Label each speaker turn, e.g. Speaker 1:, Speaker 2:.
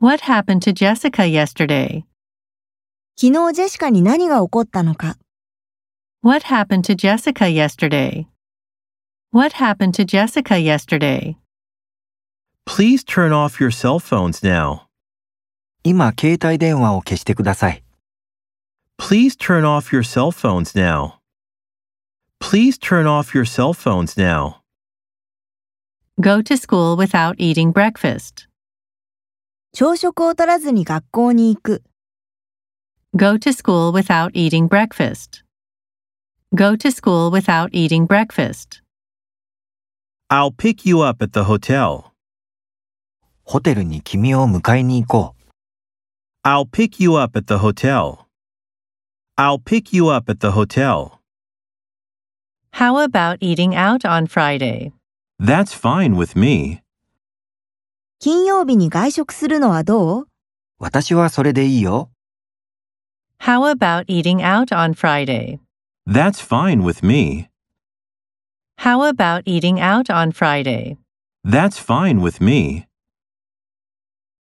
Speaker 1: What happened to Jessica yesterday?
Speaker 2: 昨日ジェシカに何が起こったのか、
Speaker 1: What happened to Jessica yesterday? What happened to Jessica yesterday?
Speaker 3: Please turn off your cell phones now.
Speaker 4: 今携帯電話を消してください。
Speaker 3: Please turn off your cell phones now. Please turn off your cell phones now.
Speaker 1: Go to school without eating breakfast.
Speaker 2: 朝食を取らずに学校に行く、
Speaker 1: Go to school without eating breakfast. Go to school without eating breakfast.
Speaker 3: I'll pick you up at the hotel.
Speaker 4: ホテルに君を迎えに行こう。
Speaker 3: I'll pick you up at the hotel. I'll pick you up at the hotel.
Speaker 1: How about eating out on Friday?
Speaker 3: That's fine with me.
Speaker 2: 金曜日に外食するのはどう
Speaker 4: 私はそれでいいよ。
Speaker 1: How about eating out on Friday?
Speaker 3: That's fine with me.
Speaker 1: How about eating out on Friday?
Speaker 3: That's fine with me.